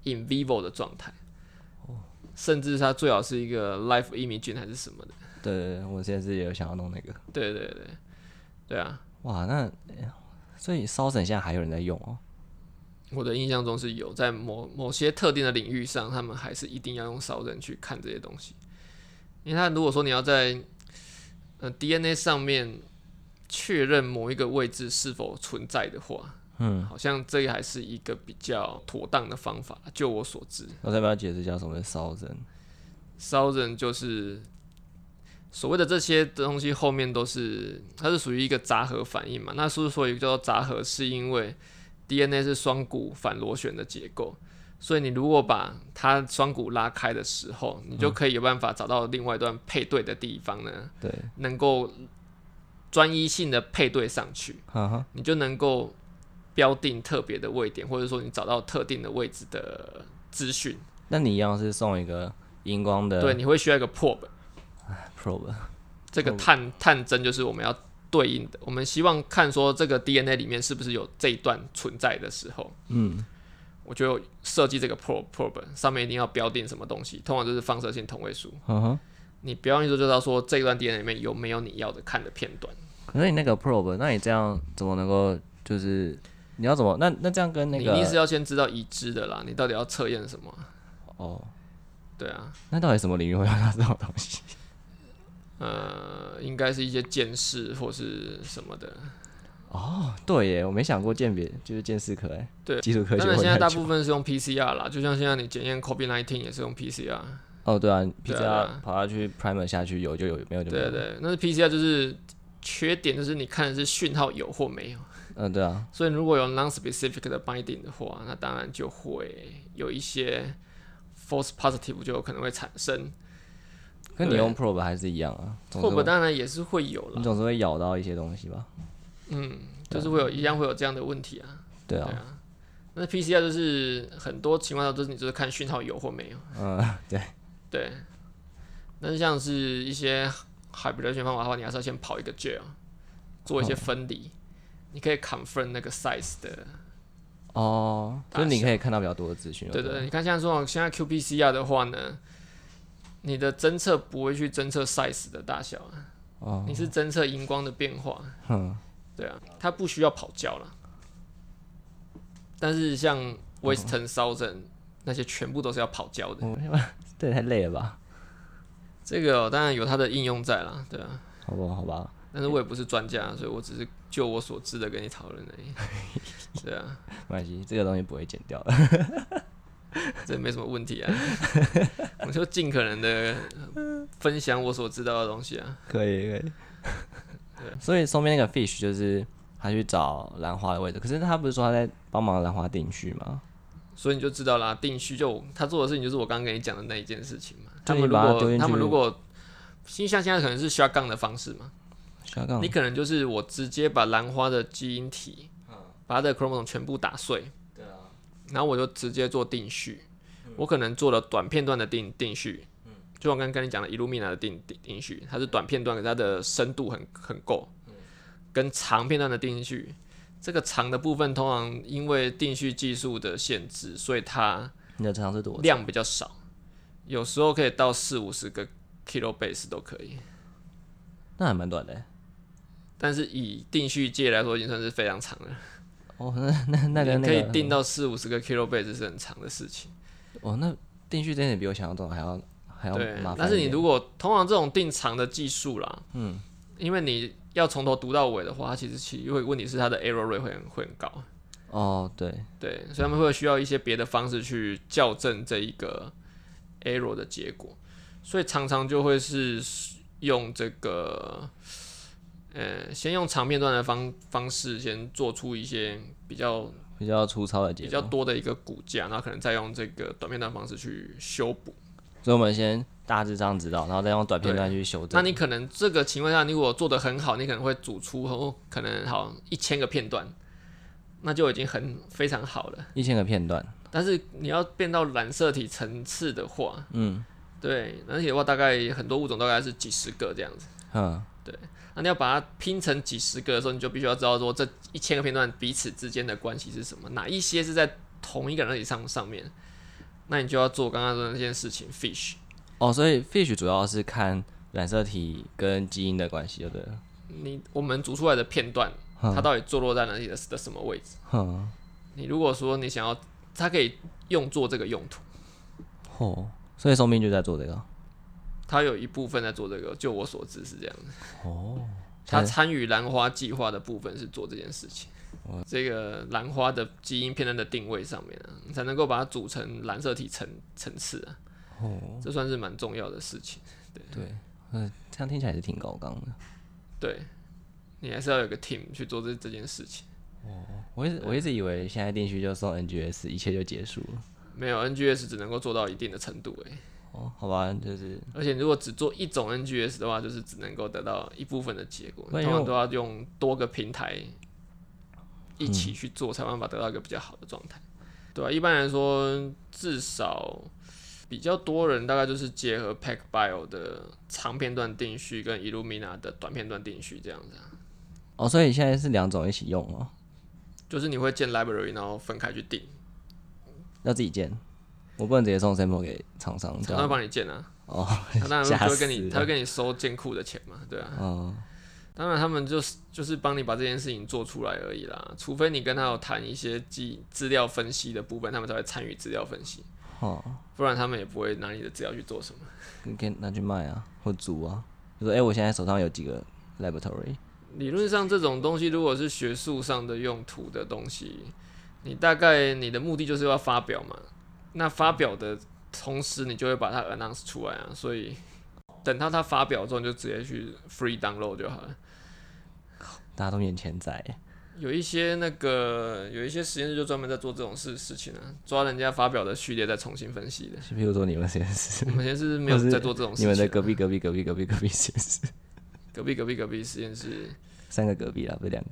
in vivo 的状态，甚至它最好是一个 life imaging 还是什么的。对对对，我现在是也有想要弄那个。对对对，对啊，哇，那所以烧人现在还有人在用哦。我的印象中是有在某某些特定的领域上，他们还是一定要用烧人去看这些东西，因为他如果说你要在呃 DNA 上面确认某一个位置是否存在的话，嗯，好像这还是一个比较妥当的方法，就我所知。我再不要解释一下什么是烧人。烧人就是所谓的这些东西后面都是它是属于一个杂合反应嘛。那之所以叫做杂合，是因为 DNA 是双股反螺旋的结构，所以你如果把它双股拉开的时候，你就可以有办法找到另外一段配对的地方呢，对，能够专一性的配对上去，哈哈，你就能够标定特别的位点，或者说你找到特定的位置的资讯。那你一样是送一个荧光的对，你会需要一个 probe。 probe。这个哦探探针就是我们要对应的，我们希望看说这个 DNA 里面是不是有这一段存在的时候，嗯，我就设计这个 probe probe 上面一定要标定什么东西，通常就是放射性同位素。哈哈。你标定就知道说这一段 DNA 里面有没有你要的看的片段。可是你那个 probe，那你这样怎么能够就是你要怎么？那那这样跟那你一定是个要先知道已知的啦，你到底要测验什么啊？哦，对啊，那到底什么领域会用到这种东西？呃，应该是一些见识或是什么的。哦， 对耶，我没想过鉴别就是鉴识科哎，对基础科学当会然，现在太大久部分是用 PCR 啦，就像现在你检验 COVID-19 也是用 PCR。哦，对啊对啊对，PCR 跑下去 primer 下去有就有，没有就没对有。对，那是 PCR 就是缺点，就是你看的是讯号有或没有。嗯，对啊，所以如果有 non-specific 的 binding 的话，那当然就会有一些 false positive 就有可能会产生。跟你对用 probe 还是一样啊，总后之果会当然也是会有你啦，总是会咬到一些东西吧？嗯，就是会有一样会有这样的问题啊。对对啊，啊，那 PCR 就是很多情况下都是你就是看讯号有或没有。嗯，对，对，但是像是一些海比人选方法的话，你还是要先跑一个 gel，做一些分离，你可以 confirm 那个 size 的哦，就是你可以看到比较多的资讯。对对，对，你看像这种现在 qPCR 的话呢，你的侦测不会去侦测 size 的大小啊，哦，你是侦测荧光的变化，哼，对啊，它不需要跑焦了。但是像 Western Southern 那些全部都是要跑焦哦的， 这也太累了吧？这个哦、当然有它的应用在啦，对啊。好吧，好吧，但是我也不是专家，所以我只是就我所知的跟你讨论而已。 对啊，没关系，这个东西不会剪掉 的。这没什么问题啊。我就尽可能的分享我所知道的东西啊。可以可以。所以上面那个 fish 就是他去找兰花的位置，可是他不是说他在帮忙兰花定序吗？所以你就知道啦，定序就他做的事情就是我刚刚跟你讲的那一件事情嘛。他对们如把它丢果进他们去如果，因为像现在可能是 shotgun 的方式嘛，需要干嘛你？可能就是我直接把兰花的基因体，把它的 chromosome 全部打碎，嗯对啊，嗯然后我就直接做定序。我可能做了短片段的定定序，就像刚刚跟你讲的 Illumina 的定定定序，它是短片段，可是它的深度很很够，嗯跟长片段的定序，这个长的部分通常因为定序技术的限制，所以它你的长是多少？量比较少，有时候可以到四五十个 kilo base 都可以。那还蛮短的欸。但是以定序界来说，已经算是非常长了。哦，那那那个嗯你那可个以定到四五十个 kilo base 是很长的事情。哦，那定序真的比我想象中还要还要对哎麻，烦一点。但是你如果通常这种定长的技术啦，嗯，因为你要从头读到尾的话，它其实其因为问题是它的 error rate 会很会很高，哦，对，对，所以他们会需要一些别的方式去校正这一个 error 的结果，所以常常就会是用这个。呃，先用长片段的方方式，先做出一些比较比较粗糙的结比构。较多的一个骨架，然后可能再用这个短片段方式去修补。所以我们先大致这样知道，然后再用短片段去修那正。你可能这个情况下，你如果做的很好，你可能会组出哦，可能好一千个片段，那就已经很非常好了。一千个片段，但是你要变到染色体层次的话，嗯对，而且的话大概很多物种大概是几十个这样子。哼，那你要把它拼成几十个的时候，你就必须要知道说这一千个片段彼此之间的关系是什么，哪一些是在同一个染色体上上面，那你就要做刚刚说的那件事情，fish。哦，所以 fish 主要是看染色体跟基因的关系，就对了。你我们组出来的片段，嗯它到底坐落在哪里的的什么位置？哼，你如果说你想要，它可以用作这个用途，哦，所以松斌就在做这个。它有一部分在做这个，就我所知是这样的。哦， 它参与兰花计划的部分是做这件事情。哦这个兰花的基因片段的定位上面啊，你才能够把它组成染色体层层次啊，哦，这算是蛮重要的事情。对，嗯、这样听起来是挺高纲的。对，你还是要有个 team 去做这这件事情。我一直我一直以为现在定序就送 NGS，一切就结束了。没有 NGS 只能够做到一定的程度而已。哦，好吧，就是而且如果只做一种 NGS 的话，就是只能够得到一部分的结果，通那因为常我都要用多个平台一起去做，才有办法得到一个比较好的状态。对啊，一般来说，至少比较多人大概就是结合 PacBio 的长片段定序跟 Illumina 的短片段定序这样子、啊，哦，所以现在是两种一起用哦，就是你会建 library，然后分开去定，要自己建，我不能直接送 sample 给厂商，这厂商样会帮你建啊，哦，他当然 吓就会死跟你，他会跟你收建库的钱嘛，对啊。嗯，当然，他们就是就是帮你把这件事情做出来而已啦。除非你跟他有谈一些资资料分析的部分，他们才会参与资料分析，哦，不然他们也不会拿你的资料去做什么。你可以拿去卖啊，或租啊，就说哎、我现在手上有几个 laboratory，理论上，这种东西如果是学术上的用途的东西，你大概你的目的就是要发表嘛。那发表的同时，你就会把它 announce 出来啊。所以等到它发表之后，你就直接去 free download 就好了。大家都眼前在，有一些那个有一些实验室就专门在做这种事事情啊，抓人家发表的序列再重新分析的。就比如说你们实验室我，们现在是没有嗯或是在做这种事你情啊。们的隔壁隔壁隔壁隔壁隔壁实验室，隔壁隔壁隔壁实验室，三个隔壁啦，不是两个，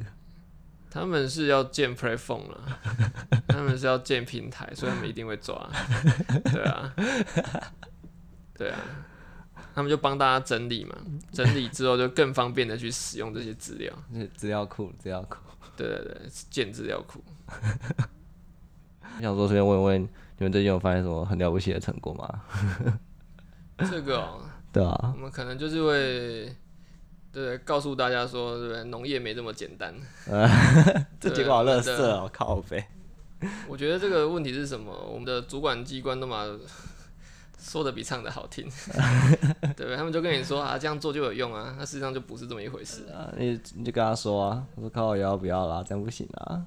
他们是要建 platform 了，他们是要建平台，所以他们一定会抓。对啊，对啊，他们就帮大家整理嘛，整理之后就更方便的去使用这些资料。就是资料库资料库。对对对，建资料库。我想说随便问一问，你们最近有发现什么很了不起的成果吗？这个、哦。 对啊我，们可能就是会，对，告诉大家说，对不对，农业没这么简单。这结果好乐真色的哦，靠呗。我觉得这个问题是什么？我们的主管机关都嘛说的比唱的好听，对不对？他们就跟你说啊，这样做就有用啊，那事实上就不是这么一回事。啊，你你就跟他说啊，我说靠我腰不要啦，这样不行啊。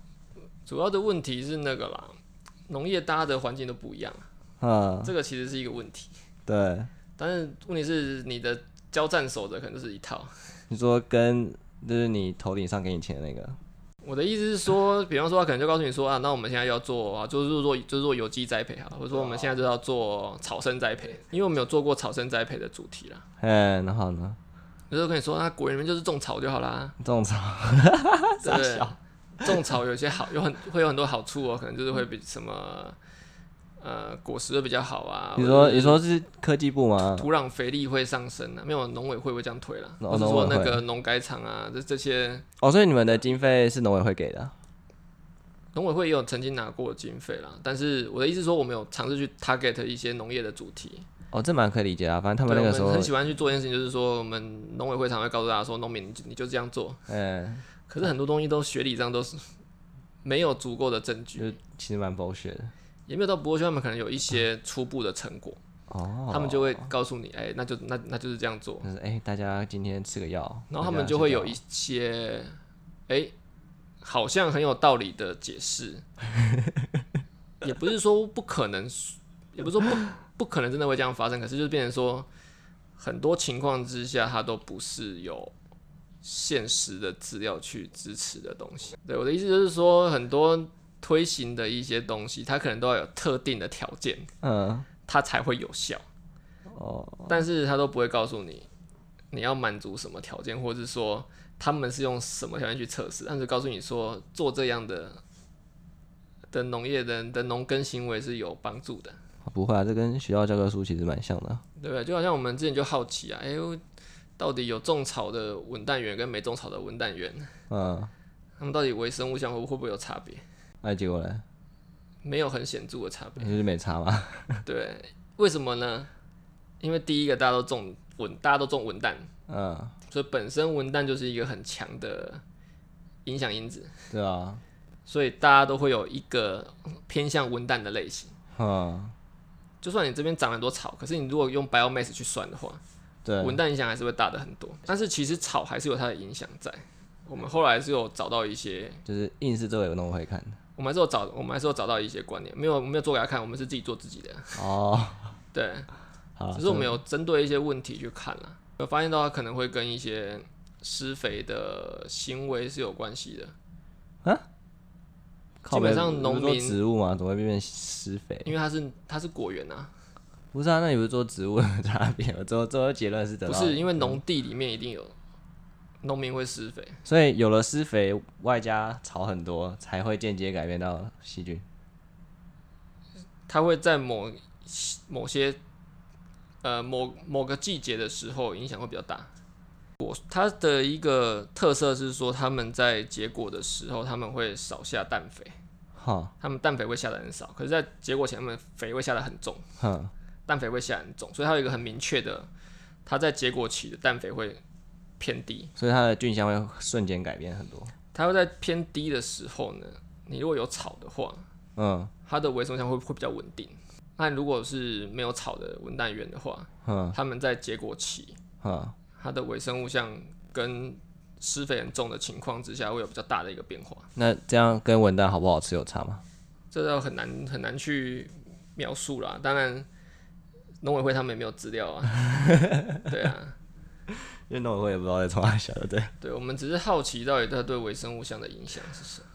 主要的问题是那个啦，农业大家的环境都不一样，嗯，这个其实是一个问题。对，但是问题是你的交战守则可能就是一套，你说跟就是你头顶上给你钱的那个，我的意思是说，比方说，他可能就告诉你说啊，那我们现在要做啊，就是做就是做有机栽培好了，或者说啊我们现在就要做草生栽培，因为我们有做过草生栽培的主题啦。嗯，然后呢？我就跟你说，那果园里面就是种草就好 啦，种啊对草，不对？种草有些好，有很会有很多好处哦，可能就是会比什么呃果实会比较好啊。你或说者是你说是科技部吗？土壤肥力会上升啊，没有农委会会这样推啦，或哦者说农委那会个农改场啊，这这些哦，所以你们的经费是农委会给的啊？农委会也有曾经拿过经费啦，但是我的意思是说，我们有尝试去 target 一些农业的主题。哦，这蛮可以理解的啊，反正他对，们那我个时候很，喜欢去做一件事情，就是说我们农委会常会告诉大家说，农民你就你就这样做，嗯，可是很多东西都学理上都是没有足够的证据，就是其实蛮 bullshit 的。也没有到博学，他们可能有一些初步的成果，哦，他们就会告诉你，哎、那就那那就是这样做，就是哎、大家今天吃个药，然后他大家们睡就会觉有一些，哎、好像很有道理的解释，也不是说不可能，也不是说不不可能真的会这样发生，可是就变成说，很多情况之下，它都不是有现实的资料去支持的东西。对我的意思就是说，很多推行的一些东西，它可能都要有特定的条件，嗯，它才会有效。哦，但是他都不会告诉你你要满足什么条件，或者是说他们是用什么条件去测试，但是告诉你说做这样的的农业的的农耕行为是有帮助的，不会啊，这跟学校教科书其实蛮像的啊、对不对？就好像我们之前就好奇啊，哎呦，到底有种草的文旦园跟没种草的文旦园，嗯，他们到底微生物相会会不会有差别？那、结果嘞，没有很显著的差别，就是没差嘛，对，为什么呢？因为第一个大家都种文，大家都种文旦，嗯，所以本身文旦就是一个很强的影响因子，对啊，所以大家都会有一个偏向文旦的类型。嗯，就算你这边长了很多草，可是你如果用 biomass 去算的话，对，文旦影响还是会大的很多。但是其实草还是有它的影响在。我们后来是有找到一些，就是硬是这个有弄会看我们还是有找，我们还是有找到一些观念，没有没有做给他看，我们是自己做自己的。哦，对，好啊啦，只是我们有针对一些问题去看了，有发现到它可能会跟一些施肥的行为是有关系的。靠基本北上农不是民说植物嘛，怎么会变施肥？因为它是它是果园啊，不是啊，那你不是说植物的差别吗？ 最后最后结论是得不到，是因为农地里面一定有农民会施肥，所以有了施肥，外加草很多，才会间接改变到细菌。他会在某某些呃某某个季节的时候影响会比较大。我它的一个特色是说，他们在结果的时候他们会少下氮肥，哈，他们氮肥会下的很少，可是，在结果前他们肥会下的很重，哼，氮肥会下得很重，所以它有一个很明确的，它在结果期的氮肥会偏低。所以它的菌相会瞬间改变很多。它会在偏低的时候呢，你如果有草的话，嗯它的微生物相会会比较稳定。那如果是没有草的文旦园的话，哼它们在结果期，哼，它的微生物像跟施肥很重的情况之下，会有比较大的一个变化。那这样跟文旦好不好吃有差吗？这要很难很难去描述啦。当然，农委会他们也没有资料啊。对啊，因为农委会也不知道在冲哪小，对不对？对我们只是好奇到底它对微生物相的影响是什么。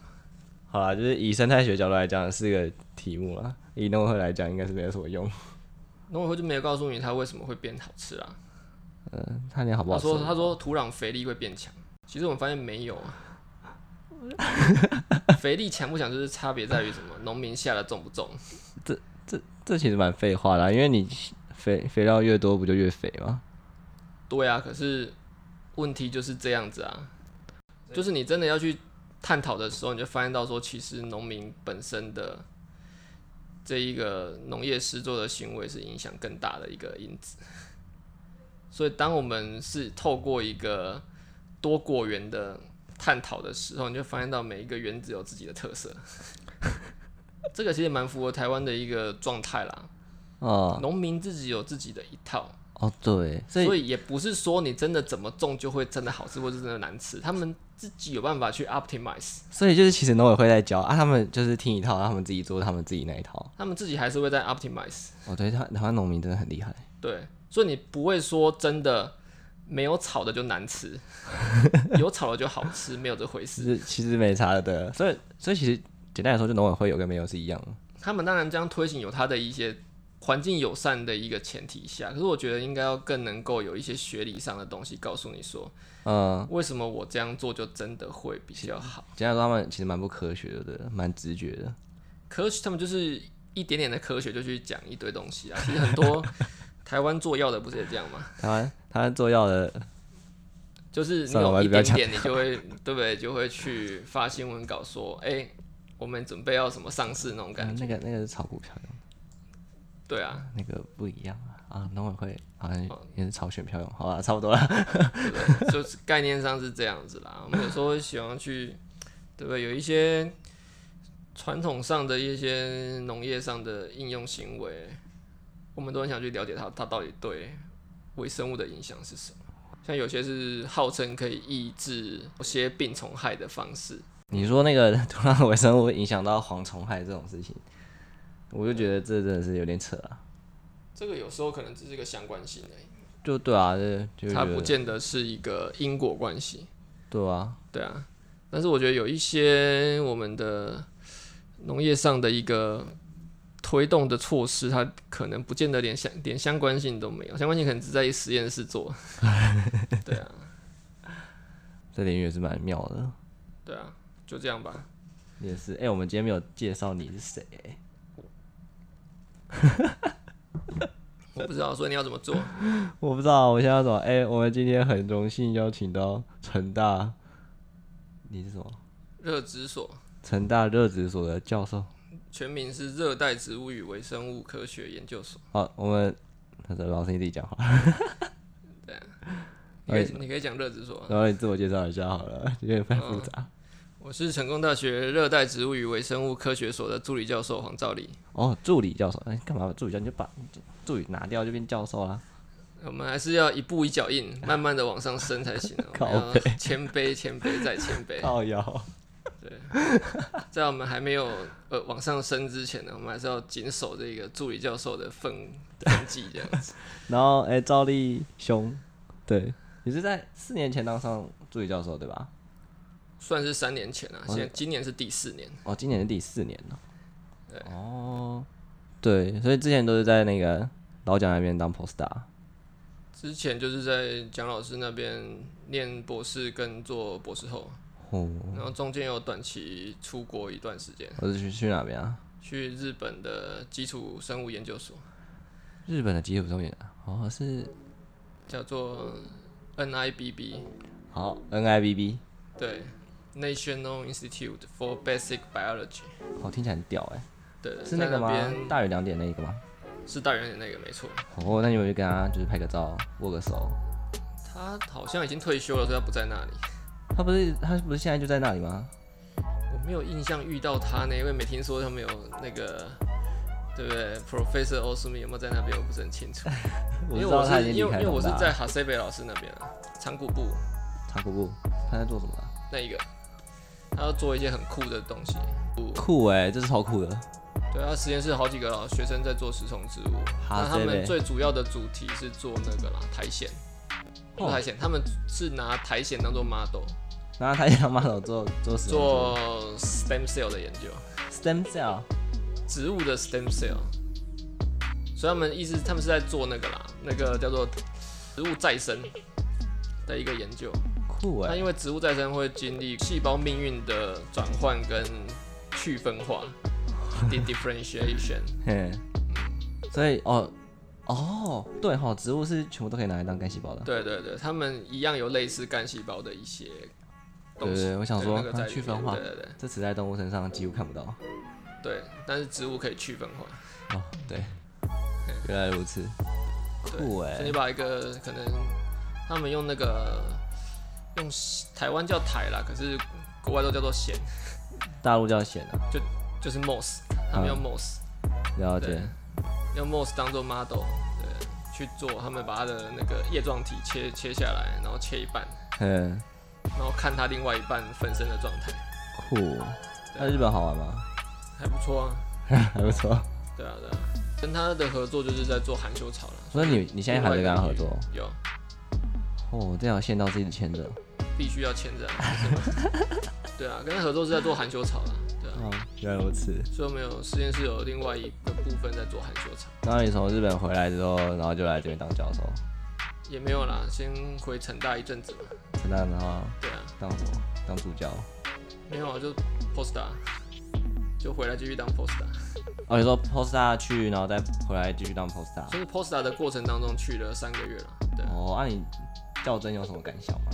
好啦，就是以生态学角度来讲是个题目啦，以农委会来讲应该是没有什么用。农委会就没有告诉你它为什么会变好吃啊。嗯，它连好不他好吃？说他说土壤肥力会变强，其实我们发现没有啊。 肥力强不强，就是差别在于什么？农民下的重不重？这其实蛮废话啊啦，因为你肥肥料越多不就越肥吗？对啊，可是问题就是这样子啊，就是你真的要去探讨的时候，你就发现到说，其实农民本身的这一个农业施作的行为是影响更大的一个因子。 所以，当我们是透过一个多果园的探讨的时候，你就发现到每一个园子有自己的特色。 这个其实蛮符合台湾的一个状态啦，哦农民自己有自己的一套，哦对，所所以以也不是说你真的怎么种就会真的好吃或者真的难吃，他们自己有办法去 optimize，所以就是其实农委会在教啊，他们就是听一套，啊他们自己做他们自己那一套。他们自己还是会在 optimize。哦，对，他台湾农民真的很厉害。对，所以你不会说真的没有炒的就难吃，有炒的就好吃，没有这回其事。实其实没差的，对所以所以其实简单来说，就农委会有跟没有是一样的。他们当然这样推行有它的一些环境友善的一个前提下，可是我觉得应该要更能够有一些学理上的东西告诉你说，嗯，为什么我这样做就真的会比较好。简单来说，他们其实蛮不科学的，对，蛮直觉的。科学他们就是一点点的科学就去讲一堆东西啊，其实很 多台湾做药的不是也这样吗？台湾台湾做药的，就是你算了有我还一是不要点讲点，你就会对不对？就会去发新闻稿说，哎、我们准备要什么上市那种感嗯觉。那个那个是炒股票用的，嗯对啊，那个不一样啊。啊，农委会好像哦也是炒选票用，好吧，差不多了。对不对？ 就是概念上是这样子啦。我们有时候会喜欢去，对不对？有一些传统上的一些农业上的应用行为，我们都很想去了解它，它到底对微生物的影响是什么。像有些是号称可以抑制某些病虫害的方式， 你说那个突然微生物影响到蝗虫害这种事情，我就觉得这真的是有点扯啊。这个有时候可能只是一个相关性而已。就对啊，这就它觉不得见得是一个因果关系，对啊，对啊。但是我觉得有一些我们的农业上的一个推动的措施，它可能不见得连相连相关性都没有，相关性可能只在实验室做。对啊，这领域也是蛮妙的。对啊，就这样吧。也是，哎、我们今天没有介绍你是谁、欸我不知道，所以你要怎么做？我不知道，我现在要怎么？哎、我们今天很荣幸邀请到成大，你是什么？热植所成大热植所的教授。全名是热带植物与微生物科学研究所。好，我们那是老师你自己讲好了，你可以你可以讲热植所啊、然后你自我介绍一下好了，有点太复杂。我是成功大学热带植物与微生物科学所的助理教授黄兆礼。哦，助理教授，哎、干嘛把助理教授你就把助理拿掉就变教授啦？我们还是要一步一脚印，慢慢的往上升才 行、啊。啊靠我们要谦卑，谦卑再谦卑。 造谣。在我们还没有呃往上升之前呢，我们还是要谨守这个助理教授的分分际这样子。然后，哎、赵立兄，对你是在四年前当上助理教授对吧？算是三年 前啊，现在今年是第四年。哦，今年是第四年了。哦，对，所以之前都是在那个老蒋那边当 post star。之前就是在蒋老师那边念博士跟做博士后，哦，然后中间有短期出国一段时间，我是去去哪边啊？去日本的基础生物研究所，日本的基础中研啊。哦，是叫做 NIBB。好 NIBB，对，National Institute for Basic Biology，哦，听起来很屌哎、对，是那个吗呃在边？大于两点那个吗？是大圆的那个，没错。哦，那你们就跟他就是拍个照，握个手。他好像已经退休了，所以他不在那里。他不是他不是现在就在那里吗？我没有印象遇到他呢，因为没听说他们有那个，对不对？Professor o s m i 有没有在那边？我不是很 清楚，我因知为道我他是已经因离为开因为我是东大在哈塞北老师那边啊，长谷部长谷部，他在做什么啊？那一个，他要做一些很酷的东西。不酷哎、这是超酷的。对，他实验室好几个老学生在做食虫植物，哈那他塞们呗最主要的主题是做那个啦苔藓，不是哦苔藓，他们是拿苔藓当做 model 然后他也当马总做做什么？做啊 stem cell 的研究， stem cell。植物的 stem cell，所以他们意思他们是在做那个啦，那个叫做植物再生的一个研究。酷哎、那因为植物再生会经历细胞命运的转换跟去分 化 （differentiation）。嘿，所以哦哦，对哈、植物是全部都可以拿来当干细胞的。对对对，他们一样有类似干细胞的一些东对西。对，我想对说那个它在去里面分化对，对对这词在动物身上几乎看不到。对，但是植物可以去分化。哦，对，原来如此，对酷哎、所以你把一个可能他们用那个用台湾叫苔啦，可是国外都叫做藓，大陆叫藓啊，就是 moss，他嗯们用 moss，、了对解。，用 moss 当做 model，对，去做他们把它的那个叶状体切切下来，然后切一半，嗯，然后看它另外一半分身的状态，酷。那日本好玩吗？ 还不错啊。还不错。对啊，对啊，跟他的合作就是在做含羞草了。所以你你现在还在跟他合作？有，哦，这条线到自己牵着。必须要签这样。 对啊，跟他合作是在做含羞草啦，对啊，哦，原来如此。所以我们有实验室有另外一个部分在做含羞草，然后你从日本回来之后，然后就来这边当教授，也没有啦，先回成大一阵子嘛，陈大然后对啊，当什么？当助教。没有啊，就 poster，啊就回来继续当 poster，啊哦，你说 poster 去，然后再回来继续当 poster。所以 poster 啊的过程当中去了三个月了，对啊，哦，那、你较真有什么感想吗？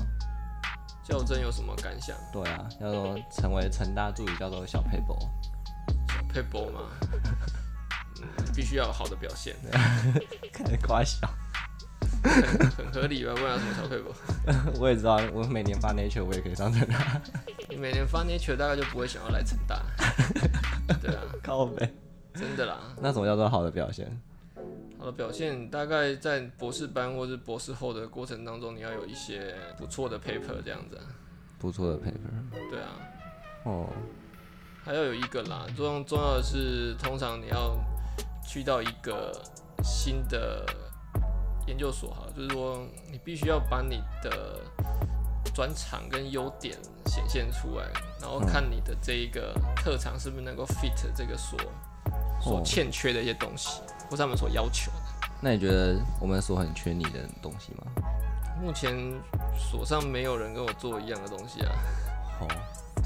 较真有什么感想？对啊，叫做成为成大助理教授的小 paper。小 paper 吗？嗯，必须要有好的表现，开始 夸小，很很合理吧？不然有什么小 paper？我也知道，我每年发 Nature 我也可以上成大，你每年发 Nature 大概就不会想要来成大，对啊，靠背。真的啦，那什么叫做好的表现？好的表现大概在博士班或是博士后的过程当中，你要有一些不错的 paper 这样子、啊，不错的 paper。对啊，哦，还要有一个啦，重重要的是，通常你要去到一个新的研究所哈，就是说你必须要把你的专长跟优点显现出来，然后看你的这一个特长是不是能够 fit 这个所所哦欠缺的一些东西，或是他们所要求的。那你觉得我们所很缺你的东西吗？目前所上没有人跟我做一样的东西啊，哦，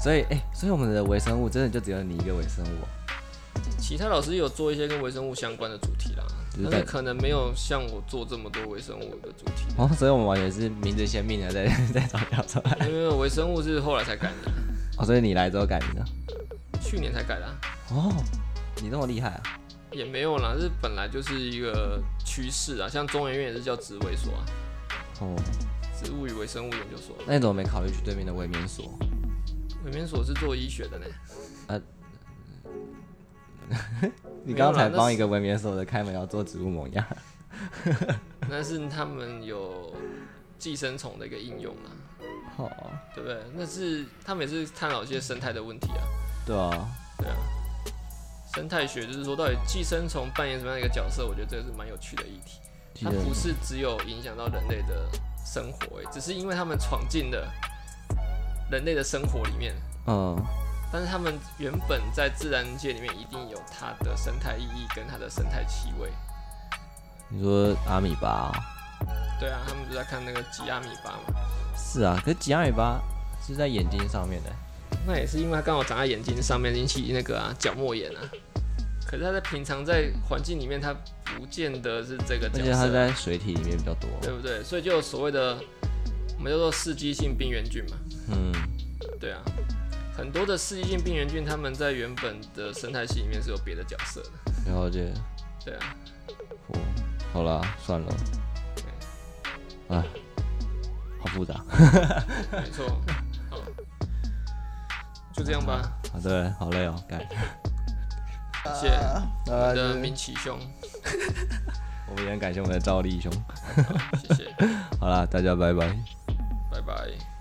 所以哎、所以我们的微生物真的就只有你一个微生物哦、其他老师有做一些跟微生物相关的主题啦就是，但在是可能没有像我做这么多微生物的主题， 哦，所以我们完全是名字先命的在 在找教授。因为微生物是后来才改的，哦，所以你来之后改名了。去年才改的啊、哦，你这么厉害啊！也没有啦，这本来就是一个趋势啊，像中研院也是叫植微所啊，哦，植物与微生物研究所，那你怎么没考虑去对面的卫冕所？微免所是做医学的呢，没有啦你刚才那帮是一个卫冕所的开门要做植物萌芽。但是他们有寄生虫的一个应用啊，哦，对不对？那是他们也是探讨一些生态的问题啊。对啊，对啊，生态学就是说，到底寄生虫扮演什么样的一个角色？我觉得这个是蛮有趣的议题。记它得不是只有影响到人类的生活、欸，只是因为他们闯进了人类的生活里面，嗯，但是他们原本在自然界里面一定有它的生态意义跟它的生态气味。你说阿米巴、对啊，他们就在看那个吉阿米巴嘛，是啊，可是吉阿米巴是在眼睛上面的。那也是因为它刚好长在眼睛上面，引起那个啊角膜炎啊。可是它在平常在环境里面，它不见得是这个而角且色啊、它在水体里面比较多。对不对？所以就有所谓的我们叫做刺激性病原菌嘛，嗯，对啊，很多的刺激性病原菌，它们在原本的生态系里面是有别的角色的，了解。对啊，哦，好啦，算了。哎，好复杂。 没错，好，就这样吧，好的，好累哦，干。感谢我们的明启兄，我们也很感谢我们的赵立兄。谢谢，好啦，大家拜拜。拜拜。